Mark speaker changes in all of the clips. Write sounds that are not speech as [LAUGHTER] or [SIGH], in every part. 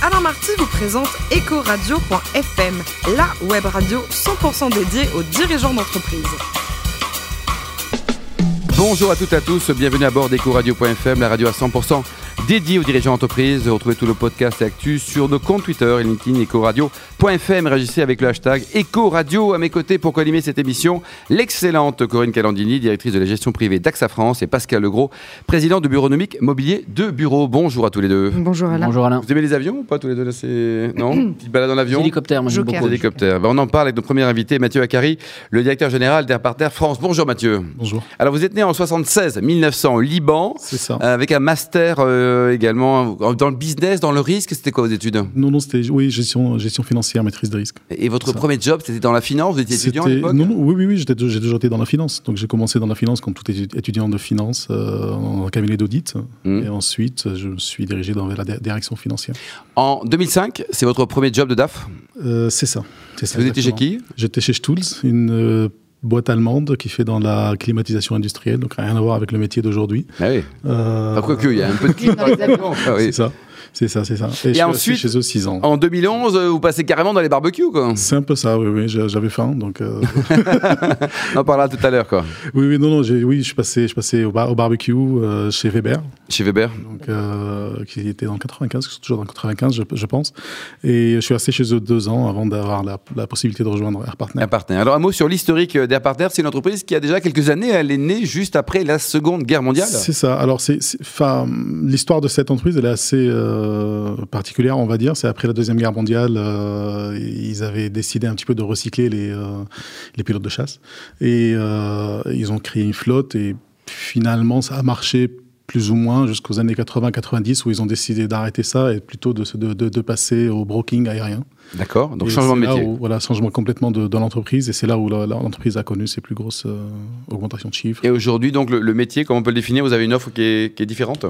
Speaker 1: Alain Marty vous présente Ecoradio.fm, la web radio 100% dédiée aux dirigeants d'entreprise.
Speaker 2: Bonjour à toutes et à tous, bienvenue à bord d'EcoRadio.fm, la radio à 100% dédiée aux dirigeants d'entreprise. Retrouvez tout le podcast et actus sur nos comptes Twitter et LinkedIn EcoRadio.fm. Réagissez avec le hashtag EcoRadio à mes côtés pour co-animer cette émission. L'excellente Corinne Calandini, directrice de la gestion privée d'AXA France et Pascal Legros, président de Bureau Nomique Mobilier de Bureau. Bonjour à tous les deux.
Speaker 1: Bonjour Alain.
Speaker 3: Bonjour Alain.
Speaker 2: Vous aimez les avions ou pas tous les deux là, c'est... Non Petite balade dans l'avion
Speaker 3: Hélicoptère, moi j'aime
Speaker 1: Joker.
Speaker 3: beaucoup.
Speaker 2: Des hélicoptères. Ben, on en parle avec notre premier invité, Mathieu Acari, le directeur général d'Air Parterre France. Bonjour Mathieu.
Speaker 4: Bonjour.
Speaker 2: Alors vous êtes né en 76, 1900 au Liban,
Speaker 4: C'est ça.
Speaker 2: euh, avec un master euh, également euh, dans le business, dans le risque. C'était quoi vos études
Speaker 4: Non, non, c'était oui, gestion, gestion financière, maîtrise des risques.
Speaker 2: Et votre
Speaker 4: Ça.
Speaker 2: premier job, c'était dans la finance Vous étiez étudiant à
Speaker 4: C'était-
Speaker 2: l'époque
Speaker 4: non, non, oui, oui, oui, j'étais- j'ai toujours été dans la finance. Donc j'ai commencé dans la finance comme tout étu- étudiant de finance euh, en cabinet d'audit.
Speaker 2: Mhm.
Speaker 4: Et ensuite, je me suis dirigé dans la di- direction financière.
Speaker 2: En 2005, c'est votre premier job de DAF.
Speaker 4: Euh, c'est ça. c'est ça,
Speaker 2: Vous étiez chez
Speaker 4: exactement.
Speaker 2: qui
Speaker 4: J'étais chez Stulz, une euh, boîte allemande qui fait dans la climatisation industrielle, donc rien à voir avec le métier d'aujourd'hui.
Speaker 2: ah oui.
Speaker 4: Euh,
Speaker 2: Enfin, quoique, il y a un peu de clip dans les avions. Ah oui.
Speaker 4: C'est ça, c'est ça, c'est ça.
Speaker 2: Et
Speaker 4: je suis resté
Speaker 2: ensuite-
Speaker 4: chez eux 6 ans.
Speaker 2: En 2011, euh, vous passez carrément dans les barbecues, quoi.
Speaker 4: C'est un peu ça, oui, oui, j'a- j'avais faim, donc euh,
Speaker 2: On en parlera tout à l'heure, quoi.
Speaker 4: Oui, oui, non, non, j'ai- oui, je suis passé, je suis passé au, bar- au barbecue euh, chez Weber,
Speaker 2: Chez Weber.
Speaker 4: donc, euh, qui était dans le 95, qui sont toujours dans le 95, je, je pense. Et je suis resté chez eux deux ans avant d'avoir la, la possibilité de rejoindre Air Partner.
Speaker 2: Un partenaire. Alors un mot sur l'historique d'Air Partner, c'est une entreprise qui a déjà quelques années, elle est née juste après la Seconde Guerre mondiale.
Speaker 4: C'est ça. Alors, c'est, c'est- enfin, l'histoire de cette entreprise, elle est assez euh, particulière, on va dire. C'est après la Deuxième Guerre mondiale, euh, ils avaient décidé un petit peu de recycler les, euh, les pilotes de chasse. Et euh, ils ont créé une flotte et finalement, ça a marché plus ou moins jusqu'aux années 80-90 où ils ont décidé d'arrêter ça et plutôt de, se- de- de- de passer au broking aérien.
Speaker 2: D'accord, donc
Speaker 4: Et
Speaker 2: changement de
Speaker 4: c'est là
Speaker 2: métier.
Speaker 4: où- voilà, changement complètement de, de l'entreprise et c'est là où la- la- l'entreprise a connu ses plus grosses euh, augmentations de chiffres.
Speaker 2: Et aujourd'hui, donc le, le métier, comment on peut le définir Vous avez une offre qui est, qui est différente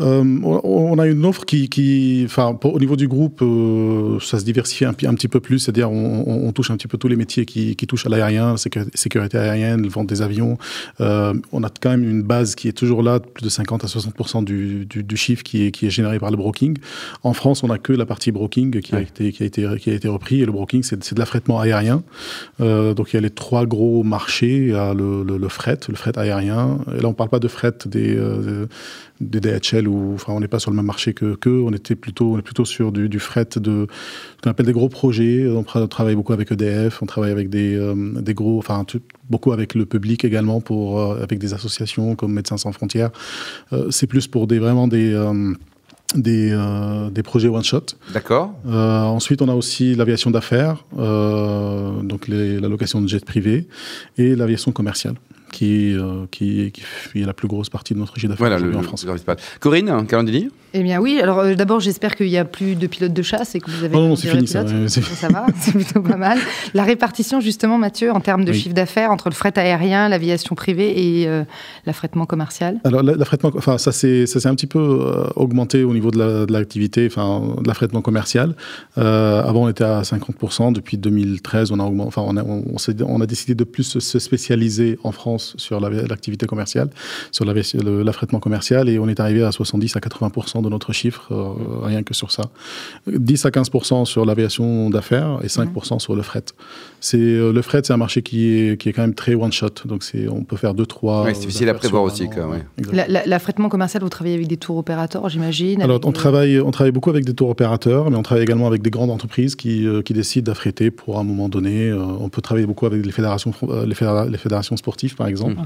Speaker 4: Euh, on- on a une offre qui, qui enfin, pour- au niveau du groupe, euh, ça se diversifie un, pi- un petit peu plus, c'est-à-dire on, on- on touche un petit peu tous les métiers qui, qui touchent à l'aérien, sécu- sécurité aérienne, le vente des avions. Euh, on a quand même une base qui est toujours là, plus de 50 à 60 du, du, du chiffre qui est, qui est généré par le broking. En France, on n'a que la partie broking qui a
Speaker 2: Ouais.
Speaker 4: été qui a été qui a été repris et le broking, c'est c'est de l'affrètement aérien. Euh, donc il y a les trois gros marchés, il y a le, le- le fret, le fret aérien. Et là, on parle pas de fret des euh, des DHL ou enfin on n'est pas sur le même marché que que on était plutôt on est plutôt sur du, du fret de ce qu'on appelle des gros projets on, tra- travaille beaucoup avec EDF on travaille avec des euh, des gros enfin tout- beaucoup avec le public également pour euh, avec des associations comme Médecins sans frontières Euh, c'est plus pour des vraiment des euh, des, euh, des projets one shot.
Speaker 2: D'accord.
Speaker 4: Euh, ensuite, on a aussi l'aviation d'affaires, euh, donc les- la location de jets privés et l'aviation commerciale, qui, euh, qui, qui est la plus grosse partie de notre jet d'affaires
Speaker 2: Voilà, le,
Speaker 4: aujourd'hui en
Speaker 2: le-
Speaker 4: France.
Speaker 2: le principal. Corinne Calandini
Speaker 5: Eh bien oui, alors euh, d'abord j'espère qu'il n'y a plus de pilotes de chasse et que vous avez...
Speaker 4: Oh non, non, c'est
Speaker 5: des
Speaker 4: fini
Speaker 5: vrais
Speaker 4: ça.
Speaker 5: pilotes.
Speaker 4: euh, c'est-
Speaker 5: Bon,
Speaker 4: [LAUGHS]
Speaker 5: Ça va, c'est plutôt pas mal. La répartition justement Mathieu en termes de
Speaker 4: Oui.
Speaker 5: chiffre d'affaires entre le fret aérien, l'aviation privée et euh, l'affrètement commercial.
Speaker 4: Alors, la- l'affrètement, enfin, ça s'est ça s'est un petit peu euh, augmenté au niveau de la- de l'activité, enfin, de l'affrètement commercial. Euh, avant, on était à 50%. Depuis 2013, on a, augmenté, enfin, on a, on, s'est- on a décidé de plus se- se spécialiser en France sur la- l'activité commerciale, sur la- le- l'affrètement commercial, et on est arrivé à 70 à 80% de notre chiffre, euh, rien que sur ça. 10 à 15% sur l'aviation d'affaires et 5% sur le fret. C'est euh, le fret, c'est un marché qui est, qui est quand même très one shot, donc c'est on peut faire deux trois.
Speaker 2: Ouais, c'est
Speaker 4: euh,
Speaker 2: difficile à
Speaker 4: affaires sur
Speaker 2: prévoir
Speaker 4: un
Speaker 2: aussi,
Speaker 4: an.
Speaker 2: quoi, ouais.
Speaker 4: Exactement.
Speaker 5: La- la- L'affrètement commercial, vous travaillez avec des tours opérateurs, j'imagine.
Speaker 4: Alors,
Speaker 5: avec
Speaker 4: on
Speaker 5: des-
Speaker 4: travaille, on travaille beaucoup avec des tours opérateurs, mais on travaille également avec des grandes entreprises qui, euh, qui décident d'affréter pour un moment donné. Euh, on peut travailler beaucoup avec les fédérations, fran- euh, les fédéra- les fédérations sportives, par exemple,
Speaker 2: Mhm.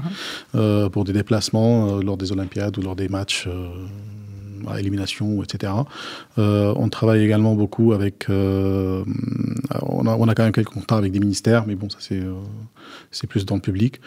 Speaker 4: euh, pour des déplacements euh, lors des Olympiades ou lors des matchs. euh, à élimination, ou etc. Euh, on travaille également beaucoup avec. euh, on, a, on a quand même quelques contacts avec des ministères, mais bon, ça c'est euh, c'est plus dans le public.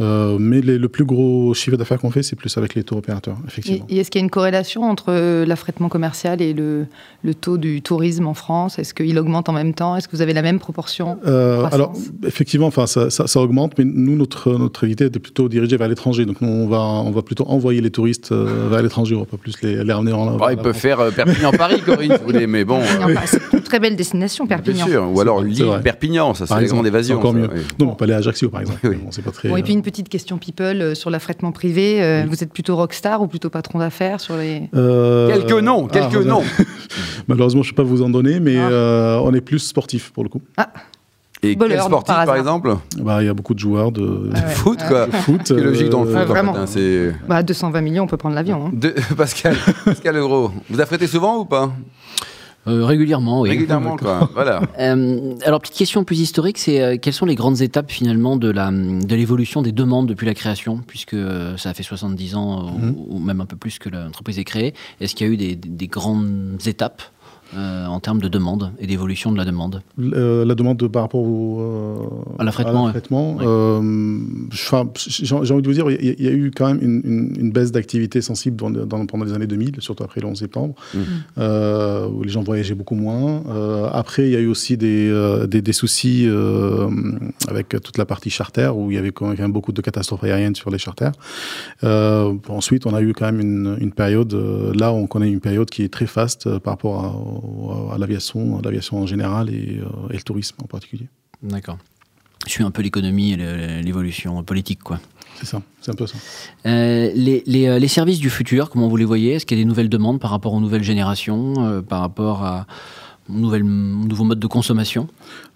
Speaker 4: Euh, mais les- le plus gros chiffre d'affaires qu'on fait, c'est plus avec les tours opérateurs,
Speaker 5: Et,
Speaker 4: effectivement.
Speaker 5: et est-ce qu'il y a une corrélation entre euh, l'affrètement commercial et le, le taux du tourisme en France Est-ce qu'il augmente en même temps Est-ce que vous avez la même proportion
Speaker 4: Euh,
Speaker 5: Croissance.
Speaker 4: alors, effectivement, enfin, ça, ça- ça augmente, mais nous, notre, notre activité était plutôt dirigée vers l'étranger. Donc, nous, on va, on va plutôt envoyer les touristes euh, vers l'étranger. On va pas plus les, les ramener en [LAUGHS]
Speaker 2: Bah, Il peut faire euh, Perpignan-Paris, Corinne, si vous voulez, mais bon. euh,
Speaker 5: Perpignan-Paris, c'est très belle destination, Perpignan.
Speaker 2: Bien sûr, ou alors
Speaker 4: C'est
Speaker 2: l'île
Speaker 4: vrai.
Speaker 2: Perpignan, ça c'est
Speaker 4: Par
Speaker 2: la
Speaker 4: exemple,
Speaker 2: grande évasion.
Speaker 4: Encore
Speaker 2: ça,
Speaker 4: mieux.
Speaker 2: oui.
Speaker 4: Non, on peut aller à Ajaccio, par exemple.
Speaker 2: Oui.
Speaker 4: Bon, c'est pas très.
Speaker 5: Bon, et puis
Speaker 4: euh,
Speaker 5: une petite question people euh, sur l'affrètement privé. Euh,
Speaker 4: Oui.
Speaker 5: Vous êtes plutôt rockstar ou plutôt patron d'affaires sur les...
Speaker 4: euh,
Speaker 2: Quelques noms,
Speaker 4: ah,
Speaker 2: quelques
Speaker 4: voilà.
Speaker 2: noms.
Speaker 4: [LAUGHS] Malheureusement, je ne peux pas vous en donner, mais
Speaker 5: Ah.
Speaker 4: euh, on est plus sportif pour le coup.
Speaker 2: Et quel
Speaker 5: Footballeur,
Speaker 2: sportif
Speaker 5: par
Speaker 2: par
Speaker 5: hasard.
Speaker 2: exemple
Speaker 4: Bah, Il y a beaucoup de joueurs de,
Speaker 5: Ah ouais.
Speaker 2: Foot quoi.
Speaker 4: de foot.
Speaker 2: Quelle logique dans le
Speaker 4: euh,
Speaker 2: foot en
Speaker 5: vraiment.
Speaker 2: fait, hein, c'est-
Speaker 5: Bah, 220 millions, on peut prendre
Speaker 2: [LAUGHS]
Speaker 5: l'avion. hein.
Speaker 2: De- Pascal, Pascal Euro, vous affrétez souvent ou pas
Speaker 3: Euh, régulièrement, oui.
Speaker 4: [LAUGHS]
Speaker 2: Régulièrement quoi, voilà.
Speaker 3: Euh, alors, petite question plus historique, c'est euh, quelles sont les grandes étapes finalement de la de l'évolution des demandes depuis la création, puisque euh, ça a fait 70 ans euh,
Speaker 4: Mhm.
Speaker 3: ou, ou même un peu plus que l'entreprise est créée. Est-ce qu'il y a eu des, des- des grandes étapes euh, en termes de demande et d'évolution de la demande
Speaker 4: Euh, la demande de- par rapport au, euh,
Speaker 3: À l'affrètement,
Speaker 4: l'affrètement,
Speaker 3: ouais.
Speaker 4: euh, je- enfin, j'ai j'ai envie de vous dire, il y, a- il y a eu quand même une, une- une baisse d'activité sensible dans le- dans- pendant les années 2000, surtout après le 11 septembre,
Speaker 3: Mmh.
Speaker 2: Mhm.
Speaker 4: euh, où les gens voyageaient beaucoup moins. Euh, après, il y a eu aussi des, euh, des- des soucis euh, avec toute la partie charter, où il y avait quand même beaucoup de catastrophes aériennes sur les charters. Euh, ensuite, on a eu quand même une, une période, euh, là on connaît une période qui est très faste euh, par rapport à, au- à l'aviation, à l'aviation en général et, euh, et le tourisme en particulier.
Speaker 3: D'accord. Je suis un peu l'économie et le- l'évolution politique, quoi.
Speaker 4: C'est ça, c'est un peu ça.
Speaker 3: Euh, les, les, euh, les services du futur, comment vous les voyez Est-ce qu'il y a des nouvelles demandes par rapport aux nouvelles générations, euh, par rapport à nouvelles, nouveaux modes de consommation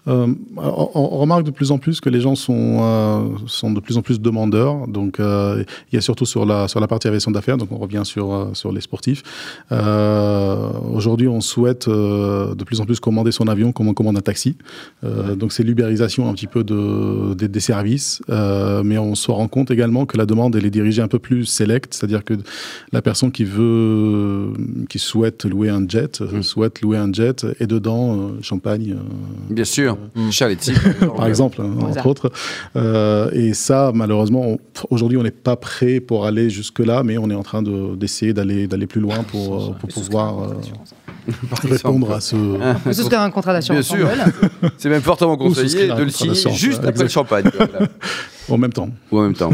Speaker 4: Euh, on, on remarque de plus en plus que les gens sont, euh, sont de plus en plus demandeurs. Donc, euh, il y a surtout sur la, sur la partie aviation d'affaires, donc on revient sur, euh, sur les sportifs. Euh, Aujourd'hui, on souhaite euh, de plus en plus commander son avion comme on commande un taxi. Euh, donc, c'est l'ubérisation un petit peu de, des- des services. Euh, mais on se rend compte également que la demande, elle est dirigée un peu plus select, c'est-à-dire que la personne qui veut, qui souhaite louer un jet, euh, souhaite louer un jet, et dedans, euh, champagne. euh,
Speaker 2: Bien sûr,
Speaker 3: Mm.
Speaker 2: Charletti.
Speaker 4: par exemple, hein,
Speaker 5: Mozart.
Speaker 4: entre autres. Euh, et ça, malheureusement, on- aujourd'hui, on n'est pas prêt pour aller jusque-là, mais on est en train de- d'essayer d'aller d'aller plus loin pour, euh, pour pouvoir euh,
Speaker 2: Par exemple.
Speaker 4: répondre à ce.
Speaker 5: Mais Ce serait un contrat
Speaker 2: Bien
Speaker 5: d'assurance.
Speaker 2: sûr.
Speaker 5: ensemble.
Speaker 2: [LAUGHS] C'est même fortement
Speaker 4: Ou
Speaker 2: conseillé
Speaker 4: souscrire à un
Speaker 2: de le
Speaker 4: contrat
Speaker 2: signer
Speaker 4: d'assurance,
Speaker 2: juste
Speaker 4: hein, ouais,
Speaker 2: après le champagne.
Speaker 4: [LAUGHS]
Speaker 2: voilà.
Speaker 4: En même temps.
Speaker 2: Ou en même temps.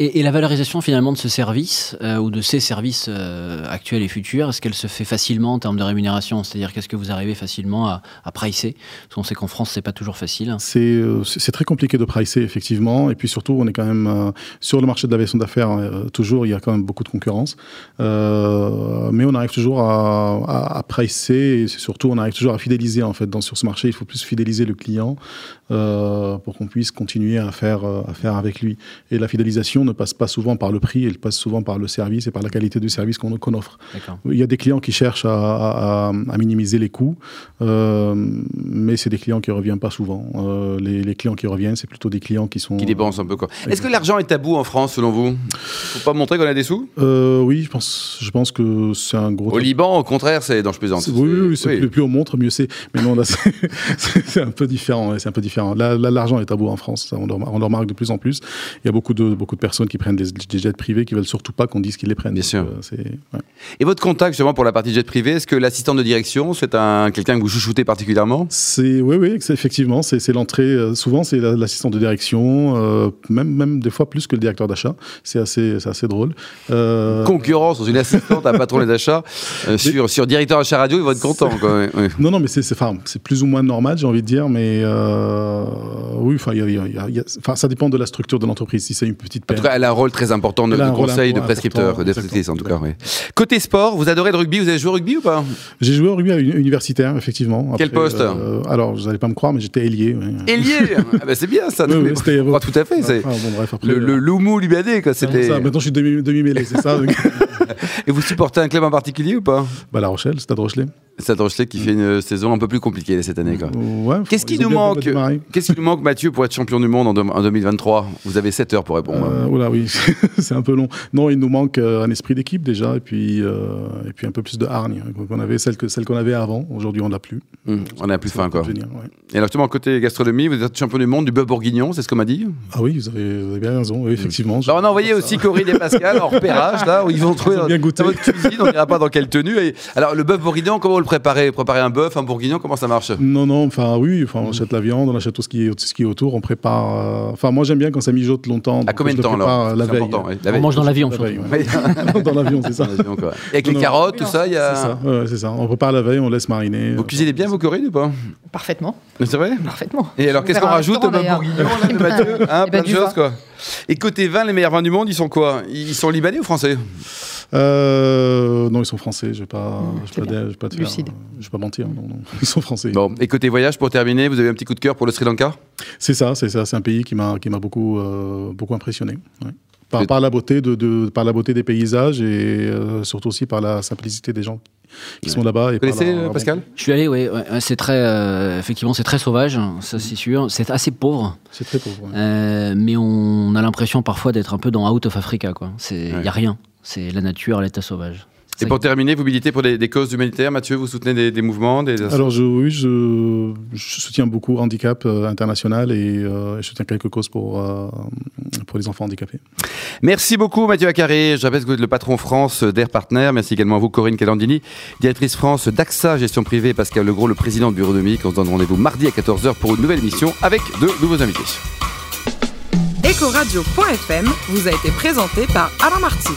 Speaker 3: Et, et la valorisation finalement de ce service euh, ou de ces services euh, actuels et futurs, est-ce qu'elle se fait facilement en termes de rémunération C'est-à-dire qu'est-ce que vous arrivez facilement à, à pricer Parce qu'on sait qu'en France, c'est pas toujours facile. hein.
Speaker 4: C'est euh, c'est c'est très compliqué de pricer effectivement, et puis surtout on est quand même euh, sur le marché de l'aviation d'affaires euh, toujours il y a quand même beaucoup de concurrence, Euh, mais on arrive toujours à, à, à pricer et c'est surtout on arrive toujours à fidéliser en fait dans sur ce marché il faut plus fidéliser le client euh, pour qu'on puisse continuer à faire euh, à faire avec lui et la fidélisation ne passe pas souvent par le prix, elle passe souvent par le service et par la qualité du service qu'on qu'on offre.
Speaker 3: D'accord.
Speaker 4: Il y a des clients qui cherchent à, à- à- à minimiser les coûts, euh, mais c'est des clients qui reviennent pas souvent. Euh, les, les clients qui reviennent, c'est plutôt des clients qui sont.
Speaker 2: Qui dépense un peu quoi. Est-ce que l'argent est tabou en France selon vous Faut pas montrer qu'on a des sous
Speaker 4: Euh, oui, je pense, je pense que c'est un gros.
Speaker 2: Au Liban, au contraire, c'est. Non, je plaisante.
Speaker 4: C'est- Oui, oui, oui, c'est
Speaker 2: euh, oui.
Speaker 4: plus, plus on montre, mieux c'est. Mais non, là, [LAUGHS] c'est- c'est c'est un peu différent. ouais, C'est un peu différent. Là, là, l'argent est tabou en France. ça, on, le, remar- on le remarque de plus en plus. Il y a beaucoup de, beaucoup de personnes qui prennent des, des jets privés qui veulent surtout pas qu'on dise qu'ils les prennent.
Speaker 2: Bien
Speaker 4: Donc,
Speaker 2: sûr.
Speaker 4: euh, c'est- ouais.
Speaker 2: Et votre contact justement pour la partie jet privé, est-ce que l'assistant de direction, c'est un quelqu'un que vous chouchoutez particulièrement
Speaker 4: C'est oui, oui, c'est- effectivement, c'est c'est l'entrée. euh, souvent, c'est la- l'assistant de direction, euh, même même des fois plus que le directeur d'achat. C'est assez, c'est assez drôle. Euh,
Speaker 2: Concurrence dans une assistante à patron des achats euh, sur, sur directeur achat radio, ils vont être contents. Quoi. oui, oui.
Speaker 4: non, non, mais c'est c'est enfin, c'est plus ou moins normal, j'ai envie de dire, mais euh, oui, enfin, il y a- il y a- il y a- il y a- enfin, ça dépend de la structure de l'entreprise. Si c'est une petite
Speaker 2: En tout cas, elle a un rôle très important de,
Speaker 4: Elle a
Speaker 2: de
Speaker 4: un rôle
Speaker 2: conseil, de
Speaker 4: important,
Speaker 2: prescripteur,
Speaker 4: important,
Speaker 2: d'instructrice en tout cas. oui. Côté sport, vous adorez le rugby, vous avez joué au rugby ou pas
Speaker 4: J'ai joué au rugby à une- universitaire, effectivement. euh,
Speaker 2: Quel poste
Speaker 4: Alors, vous n'allez pas me croire, mais j'étais ailier. ouais.
Speaker 2: Ailier Ah bah, C'est bien ça,
Speaker 4: Oui,
Speaker 2: non,
Speaker 4: oui,
Speaker 2: mais-
Speaker 4: c'était- euh, Ah,
Speaker 2: pas tout à fait. c'est-
Speaker 4: Enfin, bon, bref, après,
Speaker 2: Le, le
Speaker 4: euh,
Speaker 2: Loumou Libané, quoi, c'était.
Speaker 4: ça, maintenant, je suis demi- demi-mêlé, c'est
Speaker 2: [LAUGHS]
Speaker 4: ça donc.
Speaker 2: Et vous supportez un club en particulier ou pas
Speaker 4: bah, La Rochelle, Stade Rochelet.
Speaker 2: C'est Rochelet qui fait une euh, saison un peu plus compliquée cette année. quoi.
Speaker 4: Ouais,
Speaker 2: Qu'est-ce
Speaker 4: ils
Speaker 2: qui nous
Speaker 4: ont bien- bien
Speaker 2: manque
Speaker 4: démarré.
Speaker 2: Qu'est-ce qui nous manque, Mathieu, pour être champion du monde en, deux- en 2023 Vous avez 7 heures pour répondre.
Speaker 4: Euh, oula, oui, [LAUGHS] c'est un peu long. Non, il nous manque euh, un esprit d'équipe déjà, et puis, euh, et puis un peu plus de hargne hein, qu'on avait, celle qu'on celle qu'on avait avant. Aujourd'hui, on l'a plus.
Speaker 2: Hum, on a plus faim, quoi.
Speaker 4: Génial, ouais.
Speaker 2: Et alors, justement, côté gastronomie, vous êtes champion du monde du bœuf bourguignon, c'est ce qu'on m'a dit
Speaker 4: Ah oui, vous avez, vous avez bien raison, oui, effectivement.
Speaker 2: Alors, Bah, on a envoyé aussi Corinne et Pascal en repérage, là, où ils vont trouver
Speaker 4: ont
Speaker 2: dans,
Speaker 4: bien goûté.
Speaker 2: dans votre cuisine, on ne dira pas dans quelle tenue. Et- alors, le bœuf bourguignon, comment on le préparer, préparer un bœuf, un bourguignon, comment ça marche
Speaker 4: Non, non, enfin oui, enfin,
Speaker 2: Mm.
Speaker 4: on achète la viande, on achète tout ce qui est, tout ce qui est autour, on prépare. euh, Enfin, moi j'aime bien quand ça mijote longtemps.
Speaker 2: À
Speaker 4: donc
Speaker 2: combien
Speaker 4: je
Speaker 2: de
Speaker 4: le
Speaker 2: temps
Speaker 4: prépare,
Speaker 2: alors
Speaker 4: euh, La
Speaker 2: C'est
Speaker 4: veille.
Speaker 2: important, Ah oui. La
Speaker 3: On
Speaker 2: veille.
Speaker 3: mange dans l'avion.
Speaker 4: La
Speaker 3: surtout.
Speaker 4: veille, ouais. [LAUGHS]
Speaker 2: Oui. [LAUGHS]
Speaker 4: dans l'avion, c'est ça.
Speaker 2: Donc, ouais. Avec
Speaker 4: Non,
Speaker 2: les
Speaker 4: non.
Speaker 2: carottes, tout ça, il y
Speaker 4: C'est
Speaker 2: a.
Speaker 4: ça, ouais, c'est ça. On prépare la veille, on laisse mariner.
Speaker 2: Vous cuisinez bien, vous, Corinne, ou pas
Speaker 5: Parfaitement,
Speaker 2: C'est vrai
Speaker 5: parfaitement.
Speaker 2: Et alors, qu'est-ce qu'on
Speaker 5: Vers un
Speaker 2: rajoute au
Speaker 5: restaurant,
Speaker 2: beurre bourguignon,
Speaker 5: d'ailleurs.
Speaker 2: là, de Mathieu Hein,
Speaker 5: Eh ben,
Speaker 2: Plein de
Speaker 5: du
Speaker 2: choses,
Speaker 5: vin.
Speaker 2: quoi. Et côté vin, les meilleurs vins du monde, ils sont quoi Ils sont libanais ou français
Speaker 4: Euh, non, ils sont français. Je vais pas,
Speaker 5: Mmh,
Speaker 4: je
Speaker 5: c'est
Speaker 4: vais pas,
Speaker 5: bien.
Speaker 4: je vais pas te
Speaker 5: Lucide.
Speaker 4: faire- je vais pas mentir. non, [LAUGHS] non. Ils sont français.
Speaker 2: Bon, et côté voyage, pour terminer, vous avez un petit coup de cœur pour le Sri Lanka
Speaker 4: C'est ça, c'est ça. C'est un pays qui m'a, qui m'a beaucoup, euh, beaucoup impressionné. ouais. Par,
Speaker 2: Et-
Speaker 4: par la beauté de, de- par la beauté des paysages et euh, surtout aussi par la simplicité des gens qui sont là-bas.
Speaker 2: Vous connaissez, euh, Pascal
Speaker 3: Je suis allé, oui. c'est très, euh, effectivement, c'est très sauvage, ça c'est sûr. C'est assez pauvre,
Speaker 4: C'est très pauvre. ouais.
Speaker 3: euh, mais on a l'impression parfois d'être un peu dans Out of Africa, quoi. C'est,
Speaker 2: Ouais.
Speaker 3: y a rien. C'est la nature, l'état sauvage.
Speaker 2: Et pour terminer, vous militez pour des, des causes humanitaires, Mathieu, vous soutenez des, des mouvements des...
Speaker 4: Alors je, oui, je, je soutiens beaucoup handicap euh, international et euh, je soutiens quelques causes pour, euh, pour les enfants handicapés.
Speaker 2: Merci beaucoup Mathieu Accaré, je rappelle que vous êtes le patron France d'Air Partner, merci également à vous Corinne Calandini, directrice France d'AXA Gestion Privée, et Pascal Legros, le président du Bureau de MIC. On se donne rendez-vous mardi à 14h pour une nouvelle émission avec de nouveaux invités.
Speaker 1: Ecoradio.fm vous a été présenté par Alain Marty.